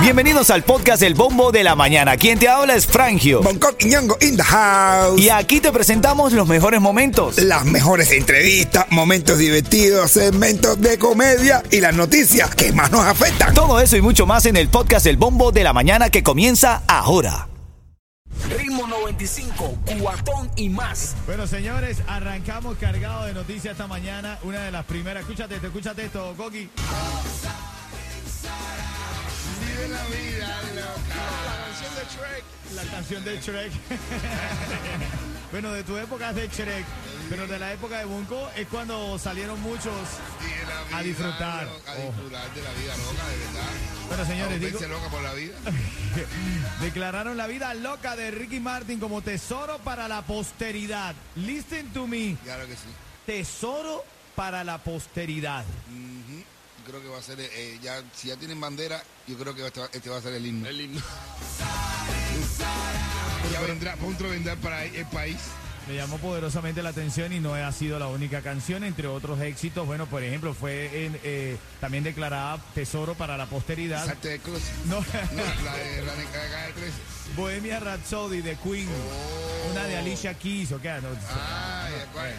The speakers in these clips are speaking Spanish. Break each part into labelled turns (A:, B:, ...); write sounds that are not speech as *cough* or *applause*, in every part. A: Bienvenidos al podcast El Bombo de la Mañana. Quien te habla es Frangio.
B: Bangkok y Ñongo in the house.
A: Y aquí te presentamos los mejores momentos.
B: Las mejores entrevistas, momentos divertidos, segmentos de comedia y las noticias que más nos afectan.
A: Todo eso y mucho más en el podcast El Bombo de la Mañana que comienza ahora.
C: Ritmo 95, Cubatón y más.
D: Bueno, señores, arrancamos cargado de noticias esta mañana. Una de las primeras. Escúchate esto, escúchate esto, Coqui. La canción de Shrek. *laughs* bueno, de tu época es de Shrek, pero de la época de Bunko es cuando salieron muchos a disfrutar.
E: A disfrutar de la vida loca, de verdad.
D: Bueno, señores, digo,
E: Volverse loca por la vida.
D: declararon la vida loca de Ricky Martin como tesoro para la posteridad. Listen to me,
E: Claro que sí.
D: tesoro para la posteridad.
E: Ujú. Creo que va a ser, eh, ya, si ya tienen bandera, yo creo que este va, este va a ser el himno. El himno. *laughs* Ya vendrá, Pontro vendrá para el país.
D: Me llamó poderosamente la atención y no ha sido la única canción, entre otros éxitos. Bueno, por ejemplo, fue en, eh, también declarada Tesoro para la Posteridad.
E: Salte de Cruz.
D: No, *laughs*
E: No, la de la de Calle 13.
D: Bohemia Rhapsody de Queen, una de Alicia Keys, ¿o qué? No,
E: Oh. Ah, ya cuál.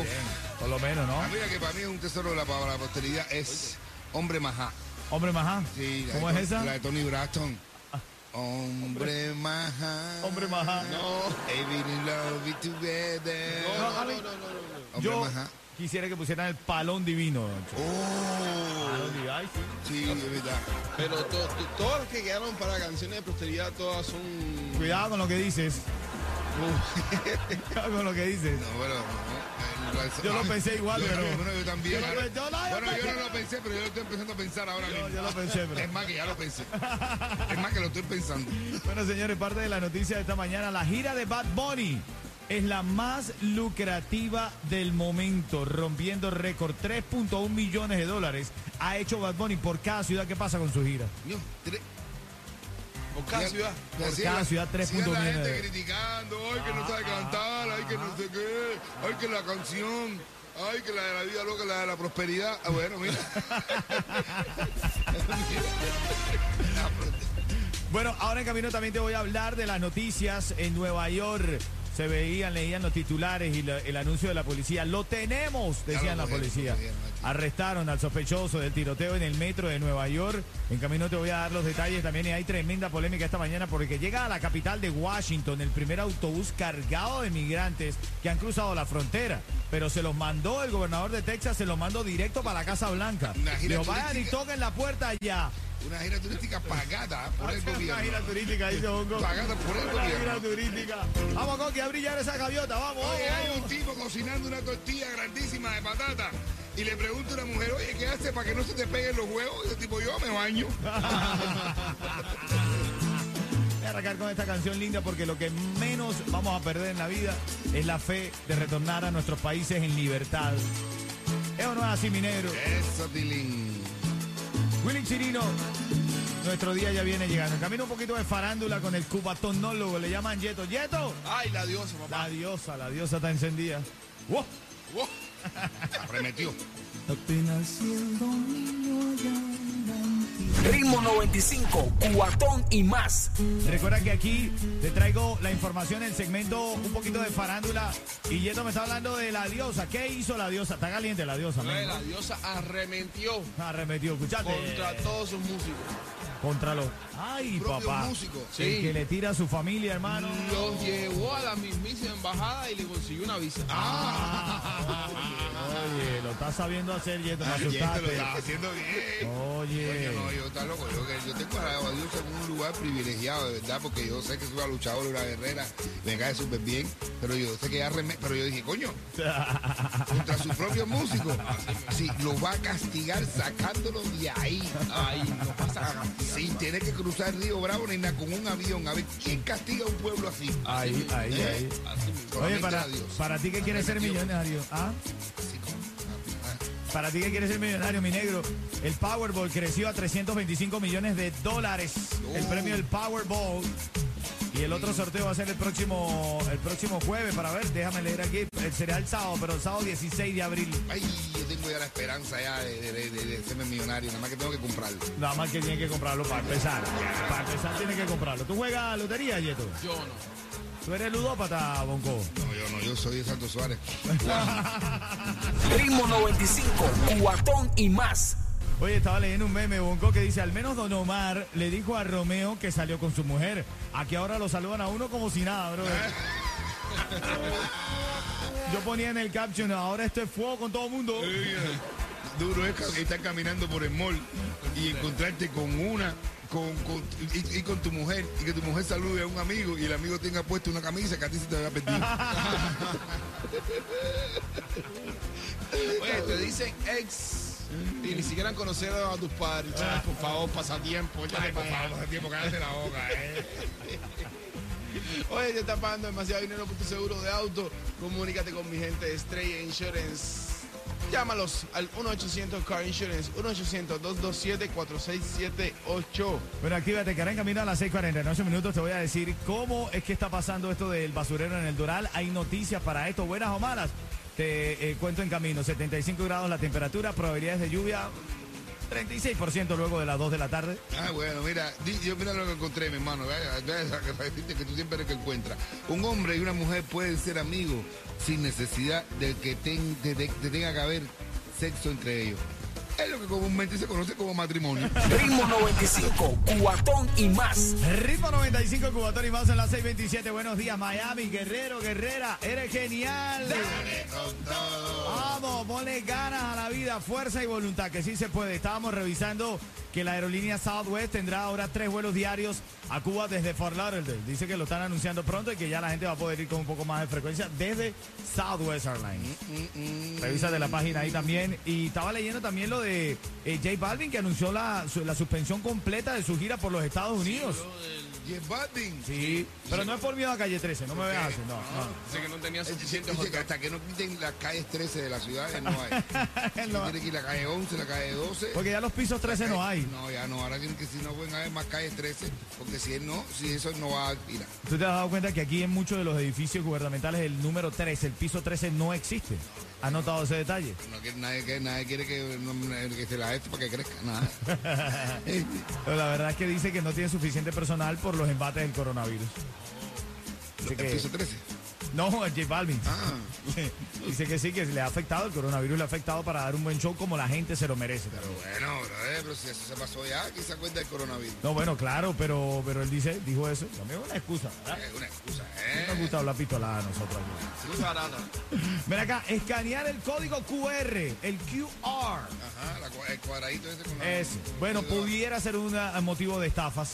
E: Uf.
D: por lo menos, ¿no?
E: Ah, mira que para mí es un tesoro de la, para la posteridad es Hombre Majá.
D: Hombre Majá,
E: Sí, la
D: ¿cómo
E: de
D: es
E: Tony-
D: esa? Ah.
E: La de Tony Braxton. Hombre Majá.
D: Hombre Majá.
E: No. Baby, love it together.
D: No, a mí-
E: Hombre
D: Yo
E: Majá.
D: quisiera que pusieran el palón divino. Don Che.
E: Oh,
D: Palón divino, ay, sí.
E: sí, es verdad.
F: Pero to- to- todas las que quedaron para canciones de prosperidad, todas son.
D: Cuidado con lo que dices, *laughs* cuidado con lo que dices.
E: No, bueno, no, no, no,
D: Yo lo pensé igual,
E: yo,
D: pero-
E: también, bueno, yo también.
D: Yo lo pensé, no, yo
E: bueno, yo
D: pensé.
E: no lo pensé, pero yo lo estoy empezando a pensar ahora
D: Yo,
E: mismo.
D: yo lo pensé, pero...
E: Es más que ya lo pensé. Es más que lo estoy pensando.
D: Bueno, señores, parte de la noticia de esta mañana, la gira de Bad Bunny es la más lucrativa del momento, rompiendo récord. 3.1 millones de dólares ha hecho Bad Bunny por cada ciudad que pasa con su gira.
E: Yo, tres-
F: Por cada ciudad.
E: Por
D: cada ciudad, tres Ah, puntos
E: La
D: millones de
E: gente criticando, ay, que no sabe cantar, ay,
D: ah,
E: que no sé qué, ay, que la canción, ay, que la de la vida loca, la de la prosperidad. Ah, bueno, mira.
D: Bueno, ahora en camino también te voy a hablar de las noticias en Nueva York. Se veían, leían los titulares y la- el anuncio de la policía. Lo tenemos, decían la
E: cogieron,
D: policía.
E: lo cogieron, macho.
D: Arrestaron al sospechoso del tiroteo en el metro de Nueva York. En camino te voy a dar los detalles también y hay tremenda polémica esta mañana porque llega a la capital de Washington el primer autobús cargado de migrantes que han cruzado la frontera. Pero se los mandó el gobernador de Texas, se los mandó directo para la Casa Blanca.
E: Una gira
D: Dijo, vayan y
E: turística".
D: toquen la puerta ya.
E: Una gira turística pagada por el
D: Una gira
E: gobierno.
D: turística, dice Bongo.
E: Pagada por el
D: Una gira
E: gobierno.
D: turística. Vamos, Coqui, a brillar esa gaviota. Vamos,
E: Oye, hay
D: vamos.
E: un
D: vamos.
E: tipo cocinando una tortilla grandísima de patata y le pregunta a una mujer, oye, ¿qué hace para que no se te peguen los huevos? Y el tipo, yo me baño.
D: Voy a arrancar con esta canción linda porque lo que menos vamos a perder en la vida es la fe de retornar a nuestros países en libertad. Eso no es así, minero.
E: Eso, Tilín.
D: Willy Chirino, nuestro día ya viene llegando. En Camino un poquito de farándula con el cubatonólogo. Le llaman Yeto. ¡Yeto!
F: Ay, la diosa, papá.
D: La diosa, la diosa está encendida. ¡Wow!
E: Wow. Arremetió.
C: Ritmo 95, Cubatón y más.
D: Recuerda que aquí te traigo la información en el segmento un poquito de farándula. Y Yeto me está hablando de la diosa. ¿Qué hizo la diosa? Está caliente la diosa,
F: Oye,
D: men. Ah,
F: La diosa arremetió
D: Arremetió, escuchate.
F: contra todos sus músicos.
D: Contra los. Ay,
E: Propio
D: papá.
E: músico. Mm.
D: El que
F: Sí.
D: le tira a su familia, hermano.
F: Los llevó a la mismísima embajada y le consiguió una visa.
E: Ah.
D: Ah. Oye, lo está sabiendo hacer, Yeto. Me
E: Ah, y este lo
D: asustaste.
E: está haciendo bien.
D: Oye.
E: Coño, no, yo está loco. Yo, yo tengo a a Dios en un lugar privilegiado, de verdad, porque yo sé que soy una luchadora, una guerrera, me cae súper bien, pero yo sé que ya reme- pero yo dije, coño, contra su propio músico, sí, lo va a castigar sacándolo de ahí. Ahí, no pasa nada. Sí, tiene que cruzar el río Bravo, nena, con un avión. A ver, ¿quién castiga a un pueblo así?
D: Ahí, ahí,
E: ¿Eh?
D: ahí.
E: Así mismo.
D: Oye,
E: Solamente
D: para,
E: a Dios.
D: para ti que quieres ser
E: Arremetió.
D: millonario. ¿Ah?
E: Sí, ¿cómo? Ah, ah.
D: Para ti que quieres ser millonario, mi negro, el Powerball creció a 325 millones de dólares. El
F: Uh.
E: Oh.
D: premio del Powerball. Y el otro sorteo va a ser el próximo, el próximo jueves. Para ver, déjame leer aquí. Eh, Será el sábado, pero el sábado 16 de abril.
E: Ay, yo tengo tiempo ya la esperanza ya de, de- de- de- de serme millonario, nada más que tengo que comprarlo.
D: Nada más que tiene que comprarlo para empezar. Para empezar tiene que comprarlo. ¿Tú juegas lotería, Yeto?
F: Yo no.
D: ¿Tú eres ludópata, Bonco?
E: No, yo no, yo soy de Santos Suárez.
C: Ritmo 95, cuatón y más.
D: Oye, estaba leyendo un meme, Bonco, que dice, al menos Don Omar le dijo a Romeo que salió con su mujer. Aquí ahora lo saludan a uno como si nada, bro. Yo ponía en el caption, ahora esto es fuego con todo el mundo.
E: *laughs* Duro es ca- estar caminando por el mall y encontrarte con una, con, con- y, y con tu mujer, y que tu mujer salude a un amigo y el amigo tenga puesto una camisa que a ti se te había perdido.
F: Oye, te dicen ex y ni siquiera conocer a tus padres. Chicos, por favor, pasatiempo. échate
E: Ay, por
F: para allá.
E: favor, hace tiempo, cállate la boca, eh.
F: Oye, te está pagando demasiado dinero por tu seguro de auto. Comunícate con mi gente de Stray Insurance. Llámalos al 1-800 Car Insurance, 1-800-227-4678.
D: Bueno, actívate, que ahora en camino a las 6.48 minutos te voy a decir cómo es que está pasando esto del basurero en el Doral. Hay noticias para esto, buenas o malas. Te eh, cuento en camino, 75 grados la temperatura, probabilidades de lluvia 36% luego de las 2 de la tarde.
E: Ah, bueno, mira, di- yo mira lo que encontré, mi hermano. Vaya, vaya, que decirte que tú siempre eres el que encuentra. Un hombre y una mujer pueden ser amigos sin necesidad de que, ten- de- de- de tenga que haber sexo entre ellos. Es lo que comúnmente se conoce como
D: *laughs*
E: matrimonio.
C: Ritmo 95, cuatón y más.
D: Ritmo 95, Cubatón y más en las 6.27. Buenos días, Miami, Guerrero, Guerrera, eres genial. Vamos, ponle ganas a la vida, fuerza y voluntad, que sí se puede. Estábamos revisando que la aerolínea Southwest tendrá ahora tres vuelos diarios a Cuba desde Fort Lauderdale. Dice que lo están anunciando pronto y que ya la gente va a poder ir con un poco más de frecuencia desde Southwest Airlines. Revísate la página ahí también. Y estaba leyendo también lo de eh, J Balvin, que anunció la, su- la suspensión completa de su gira por los Estados Unidos.
E: Jeff Baldwin.
D: Sí, pero no es por miedo a calle 13, no me veas así, no, no.
F: Sé que no tenía
E: Dice
F: suficiente
E: que hasta que no quiten las calles 13 de la ciudad, no hay.
D: *laughs* No.
E: Tiene que ir la calle 11, la calle 12.
D: Porque ya los pisos 13 no hay.
E: No, ya no. Ahora tienen que si no pueden haber más calles 13, porque si él no, si eso no va a ir.
D: Tú te has dado cuenta que aquí en muchos de los edificios gubernamentales el número 13, el piso 13 no existe. ¿Has notado ese detalle?
E: No quiere, nadie, que- nadie quiere que, no, que se la esto para que crezca,
D: *laughs*
E: nada.
D: Pero la verdad es que dice que no tiene suficiente personal por los embates del coronavirus. Dice
E: El
D: que,
E: Este piso 13.
D: no, J Balvin.
E: Ah,
D: *laughs* Dice que sí, que le ha afectado, el coronavirus le ha afectado para dar un buen show como la gente se lo merece.
E: pero bueno, bro, eh, pero si eso se pasó ya, ¿quién se acuerda del coronavirus?
D: No, bueno, claro, pero, pero él dice, dijo eso. También es una excusa, ¿verdad?
E: Es una excusa,
D: Nos
E: ¿eh?
D: gusta hablar pitolada a nosotros aquí.
F: Muy barata.
D: Ven acá, escanear el código QR, el QR.
E: Ajá, la cua- el cuadradito ese con la...
D: Es, bueno,
E: con la-
D: pudiera ser un ah, motivo de estafas.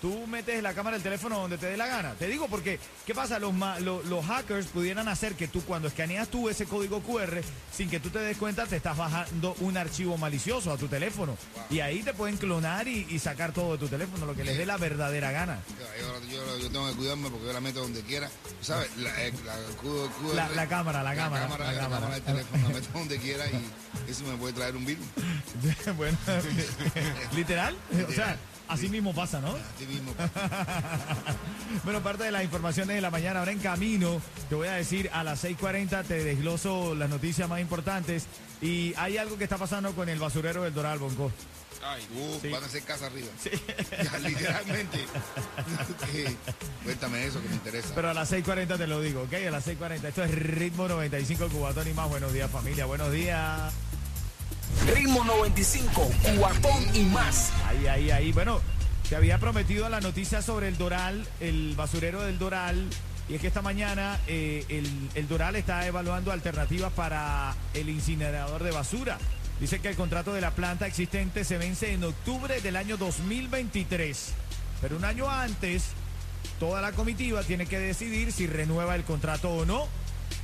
D: Tú metes la cámara del teléfono donde te dé la gana. Te digo porque, ¿qué pasa? Los, ma- lo- los hackers pudieran hacer que tú, cuando escaneas tú ese código QR, sin que tú te des cuenta, te estás bajando un archivo malicioso a tu teléfono. Y ahí te pueden clonar y, y sacar todo de tu teléfono, lo que les dé la verdadera gana. *laughs*
E: Yo, yo- yo tengo que cuidarme porque yo la meto donde quiera. ¿Sabes? La, eh, la, el cudo- el cudo-
D: La- la cámara, la cámara, la
E: La cámara,
D: cámara.
E: del teléfono, la meto donde quiera y eso me puede traer un virus.
D: bueno, *laughs* literal. O sea, así mismo pasa, ¿no?
E: Así mismo.
D: bueno, parte de las informaciones de la mañana, ahora en camino, te voy a decir a las 6.40 te desgloso las noticias más importantes y hay algo que está pasando con el basurero del Doral, Bonco.
F: Ay,
E: Uh, van a hacer casa arriba. *laughs* Ya, literalmente. *laughs* Ok. Cuéntame eso que me interesa.
D: Pero a las 6.40 te lo digo, ¿ok? A las 6.40. Esto es Ritmo 95 Cubatón y más. Buenos días, familia. Buenos días.
C: Ritmo 95, cuatón y más.
D: Ahí, ahí, ahí. Bueno, te había prometido la noticia sobre el Doral, el basurero del Doral. Y es que esta mañana eh, el, el Doral está evaluando alternativas para el incinerador de basura. Dice que el contrato de la planta existente se vence en octubre del año 2023. Pero un año antes, toda la comitiva tiene que decidir si renueva el contrato o no.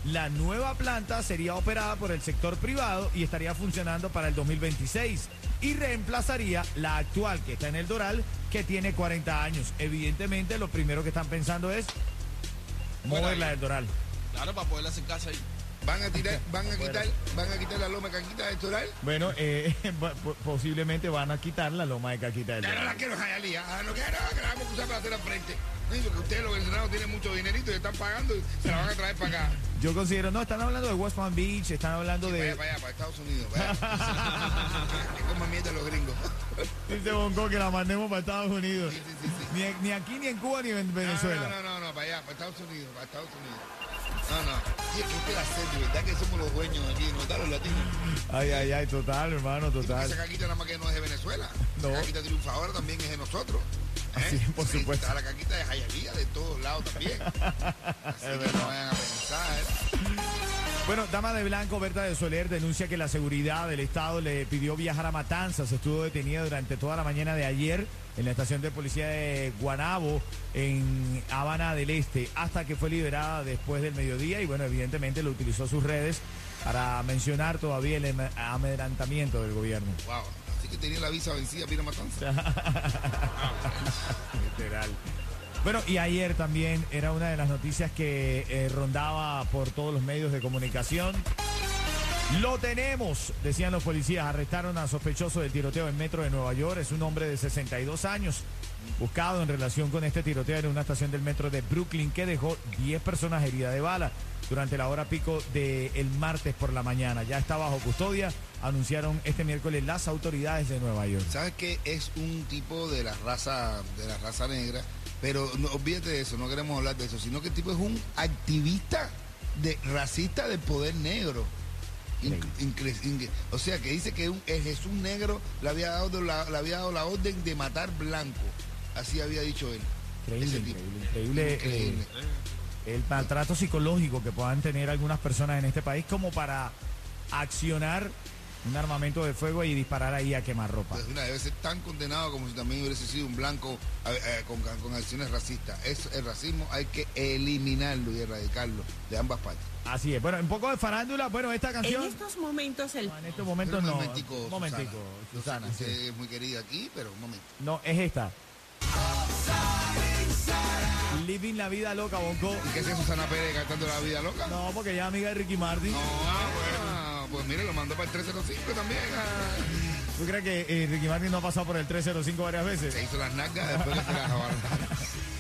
D: La nueva planta sería operada por el sector privado y estaría funcionando para el 2026 y reemplazaría la actual que está en el Doral que tiene 40 años. Evidentemente lo primero que están pensando es moverla del Doral.
F: Claro, para poder hacer casa ahí.
E: Van a tirar, van a quitar, van a quitar la loma caquita electoral.
D: Bueno, eh, *laughs* po- po- posiblemente van a quitar la loma de Caquita del
E: Ya no
D: Dorado.
E: la quiero Jayalía, ah, no quiero, que la vamos a usar para hacer al frente. Sí, porque ustedes los venezolanos tienen mucho dinerito y están pagando y se la van a traer para acá.
D: Yo considero, no, están hablando de West Palm Beach, están hablando
E: Vaya
D: de...
E: para allá, para Estados Unidos.
D: *laughs*
E: Vaya. que coman mierda los gringos.
D: Dice Bonco que la mandemos para Estados Unidos. Ni, ni aquí, ni en Cuba, ni en
E: No,
D: Venezuela.
E: No, no, no, no, para allá, para Estados Unidos, para Estados Unidos. No, no. Sí, es que este la sed, de verdad que somos los dueños aquí, ¿no? ¿Verdad? Los latinos.
D: Ay, ay, ay, total, hermano,
E: Y porque
D: total.
E: Esa caquita nada más que no es de Venezuela.
D: No.
E: La caquita triunfadora también es de nosotros.
D: Así es, por
E: Sí,
D: supuesto.
E: está la caquita de Jayalía de todos lados
D: *laughs*
E: también. Así que no vayan a pensar. ¿eh?
D: Bueno, Dama de Blanco, Berta de Soler, denuncia que la seguridad del Estado le pidió viajar a Matanzas. Estuvo detenida durante toda la mañana de ayer en la estación de policía de Guanabo, en Habana del Este, hasta que fue liberada después del mediodía. Y bueno, evidentemente lo utilizó sus redes para mencionar todavía el em- amedrentamiento del gobierno.
E: Wow. Así que tenía la visa vencida, Pira Matanza.
D: Literal. Bueno, y ayer también era una de las noticias que eh, rondaba por todos los medios de comunicación. Lo tenemos, decían los policías. Arrestaron a sospechoso del tiroteo en metro de Nueva York. Es un hombre de 62 años, buscado en relación con este tiroteo en una estación del metro de Brooklyn que dejó 10 personas heridas de bala durante la hora pico del martes por la mañana. Ya está bajo custodia, anunciaron este miércoles las autoridades de Nueva York.
E: ¿Sabes qué? Es un tipo de la raza, de la raza negra. Pero no, olvídate de eso, no queremos hablar de eso, sino que el tipo es un activista de racista del poder negro. Inc- incre- incre- o sea, que dice que un, el Jesús negro le había, dado la, le había dado la orden de matar blanco. Así había dicho él.
D: Increíble,
E: Ese tipo.
D: increíble, increíble,
E: Increíble.
D: eh, el maltrato psicológico que puedan tener algunas personas en este país como para accionar un armamento de fuego y disparar ahí a quemarropa.
E: Pues, mira, debe ser tan condenado como si también hubiese sido un blanco a- a- con, con acciones racistas. Es, el racismo hay que eliminarlo y erradicarlo de ambas partes.
D: Así es. Bueno, un poco de farándula. Bueno, esta
G: En
D: canción.
G: estos momentos el
D: No, En estos momentos
E: Pero
D: no.
E: Un momentico,
D: Un momentico, Susana.
E: Yo sé que
D: sí.
E: usted es muy querida aquí, pero un momento.
D: No, es esta. Living la vida loca, Bonco.
E: ¿Y qué hace Susana Pérez cantando La Vida Loca? No,
D: No, porque ya es amiga de Ricky Martin.
E: ah, bueno. Pues mire, lo mandó para el 305 también. ah.
D: ¿Tú crees que eh, Ricky Martin no ha pasado por el 305 varias veces?
E: Se hizo las nalgas después que se
D: *laughs*
E: las abarraron.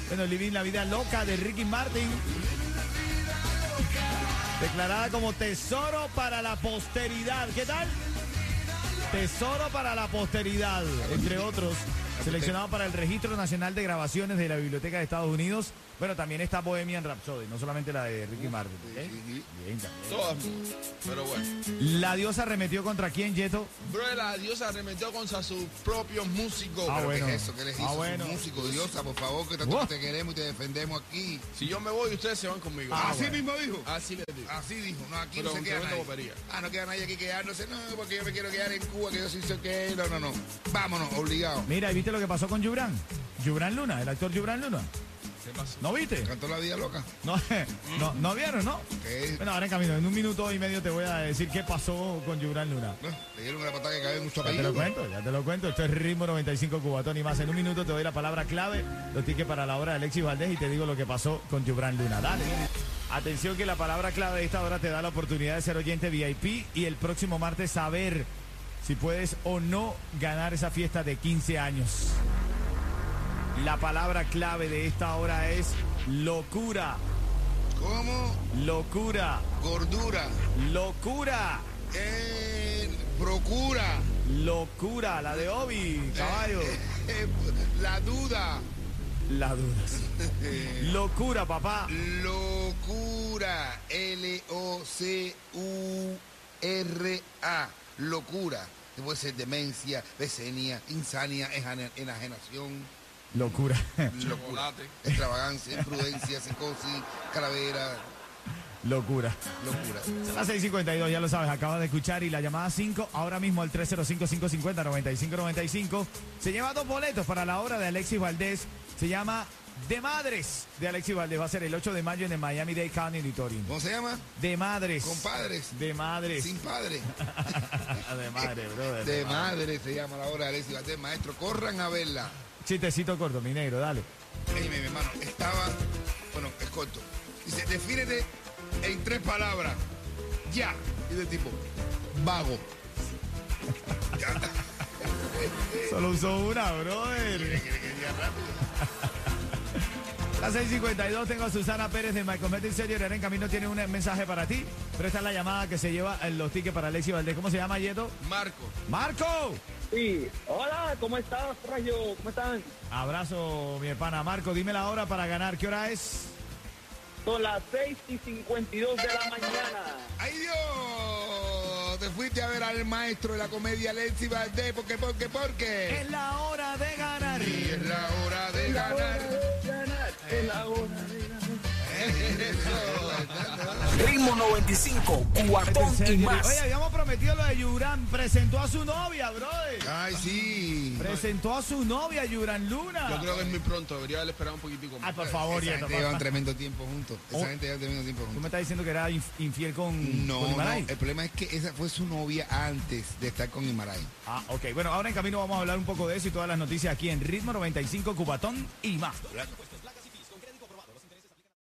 D: Bueno, Living la Vida Loca de Ricky Martin. Declarada como tesoro para la posteridad. ¿Qué tal? Tesoro para la posteridad, entre otros. Seleccionado para el Registro Nacional de Grabaciones de la Biblioteca de Estados Unidos. Bueno, también está Bohemian Rhapsody, no solamente la de Ricky Martin. ¿ok?
E: sí,
D: Bien, también.
F: Todas, pero bueno.
D: La diosa arremetió contra quién, Yeto?
F: Bro, la diosa arremetió contra sus propios músicos.
D: Ah,
E: Oh, ¿Pero
D: bueno.
E: ¿Qué es eso? ¿Qué les
D: Ah,
E: hizo? Sus
D: bueno.
E: músicos, Diosa, por favor, que tanto
D: Wow.
E: te queremos y te defendemos aquí.
F: Si yo me voy, ustedes se van conmigo. Ah,
E: Así mismo dijo.
F: Así les digo.
E: Así dijo, no, aquí
F: Pero
E: no se
F: un
E: queda
F: tremendo
E: nadie.
F: bobería.
E: Ah, no queda nadie aquí quedándose, no, porque yo me quiero quedar en Cuba, que yo sí sé que no, no, no. Vámonos, obligado.
D: Mira, ¿y viste lo que pasó con Jubran? Jubran Luna, el actor Jubran Luna.
F: ¿Qué pasó?
D: ¿No viste?
E: Cantó la vida loca.
D: No, *laughs* no, no vieron, ¿no?
E: ¿Qué?
D: Bueno, ahora en camino, en un minuto y medio te voy a decir qué pasó con Yurán Luna.
E: ¿no? Le dieron una patada que cabe en mucho
D: Ya te lo
E: apellido.
D: cuento, ya te lo cuento. Esto es Ritmo 95 Cubatón y más. En un minuto te doy la palabra clave, los tickets para la hora de Alexis Valdés y te digo lo que pasó con Yurán Luna. Dale. Atención que la palabra clave de esta hora te da la oportunidad de ser oyente VIP y el próximo martes saber si puedes o no ganar esa fiesta de 15 años. La palabra clave de esta hora es locura,
E: Como
D: locura,
E: gordura,
D: locura.
E: eh, procura,
D: Locura, la de Obi, caballo.
E: eh, la duda,
D: Las dudas. Locura, papá.
E: locura, L-O-C-U-R-A, locura. Que Puede ser demencia, besenia, insania, enjane- enajenación,
D: Locura. *laughs*
E: locura,
F: Chocolate.
E: extravagancia, imprudencia, psicosis, calavera,
D: Locura.
E: locura.
D: Son las 6.52, ya lo sabes, acabas de escuchar y la llamada 5, ahora mismo al 305-550-9595, se lleva dos boletos para la obra de Alexis Valdés, se llama De Madres de Alexis Valdés, va a ser el 8 de mayo en el Miami Dade County Auditorium.
E: ¿Cómo se llama?
D: De Madres.
E: Compadres,
D: De Madres. Ah,
E: sin padre.
D: de Madres, brother.
E: De
D: madre.
E: madre se llama la obra de Alexis Valdés. Maestro, corran a verla.
D: Chistecito corto, mi negro, dale.
E: Ey, mi hermano, estaba. Bueno, es corto. Dice, defínete en tres palabras. ya. Y de tipo, vago.
D: Solo usó una, brother. *laughs* Las 6.52 tengo a Susana Pérez de My Cosmetic Surgery. Ahora en camino tiene un mensaje para ti. Pero esta es la llamada que se lleva eh, los tickets para Alexi Valdés. ¿Cómo se llama, Yeto?
F: Marco.
D: ¡Marco!
G: Sí, hola, ¿cómo estás, Rayo? ¿Cómo están?
D: Abrazo, mi hermana. Marco, dime la hora para ganar. ¿Qué hora es?
G: Son las 6 y 52 de la mañana.
E: ¡Ay Dios! Te fuiste a ver al maestro de la comedia Lexi Valdés, porque, porque, porque.
D: Es la hora de ganar.
E: Y es la hora de ganar.
G: Ganar es la hora de ganar.
C: Ritmo 95, cuatón y
D: Oye,
C: más.
D: habíamos prometido lo de Yuran. Presentó a su novia, brother.
E: Ay, sí.
D: Presentó a su novia, Yuran
F: Yo
D: Luna.
F: creo que es muy pronto, debería haber esperado un poquitico más.
D: Ay, por favor,
E: Esa
D: Yeto.
E: gente
D: pa-
E: lleva
D: pa-
E: un tremendo tiempo juntos. Esa
D: Oh.
E: gente lleva un tremendo tiempo
D: Tú
E: juntos.
D: me estás diciendo que era inf- infiel con, con
E: No, no, eh.
D: Imaray.
E: el problema es que esa fue su novia antes de estar con Imaray.
D: Ah, ok. Bueno, ahora en camino vamos a hablar un poco de eso y todas las noticias aquí en Ritmo 95, Cubatón y más.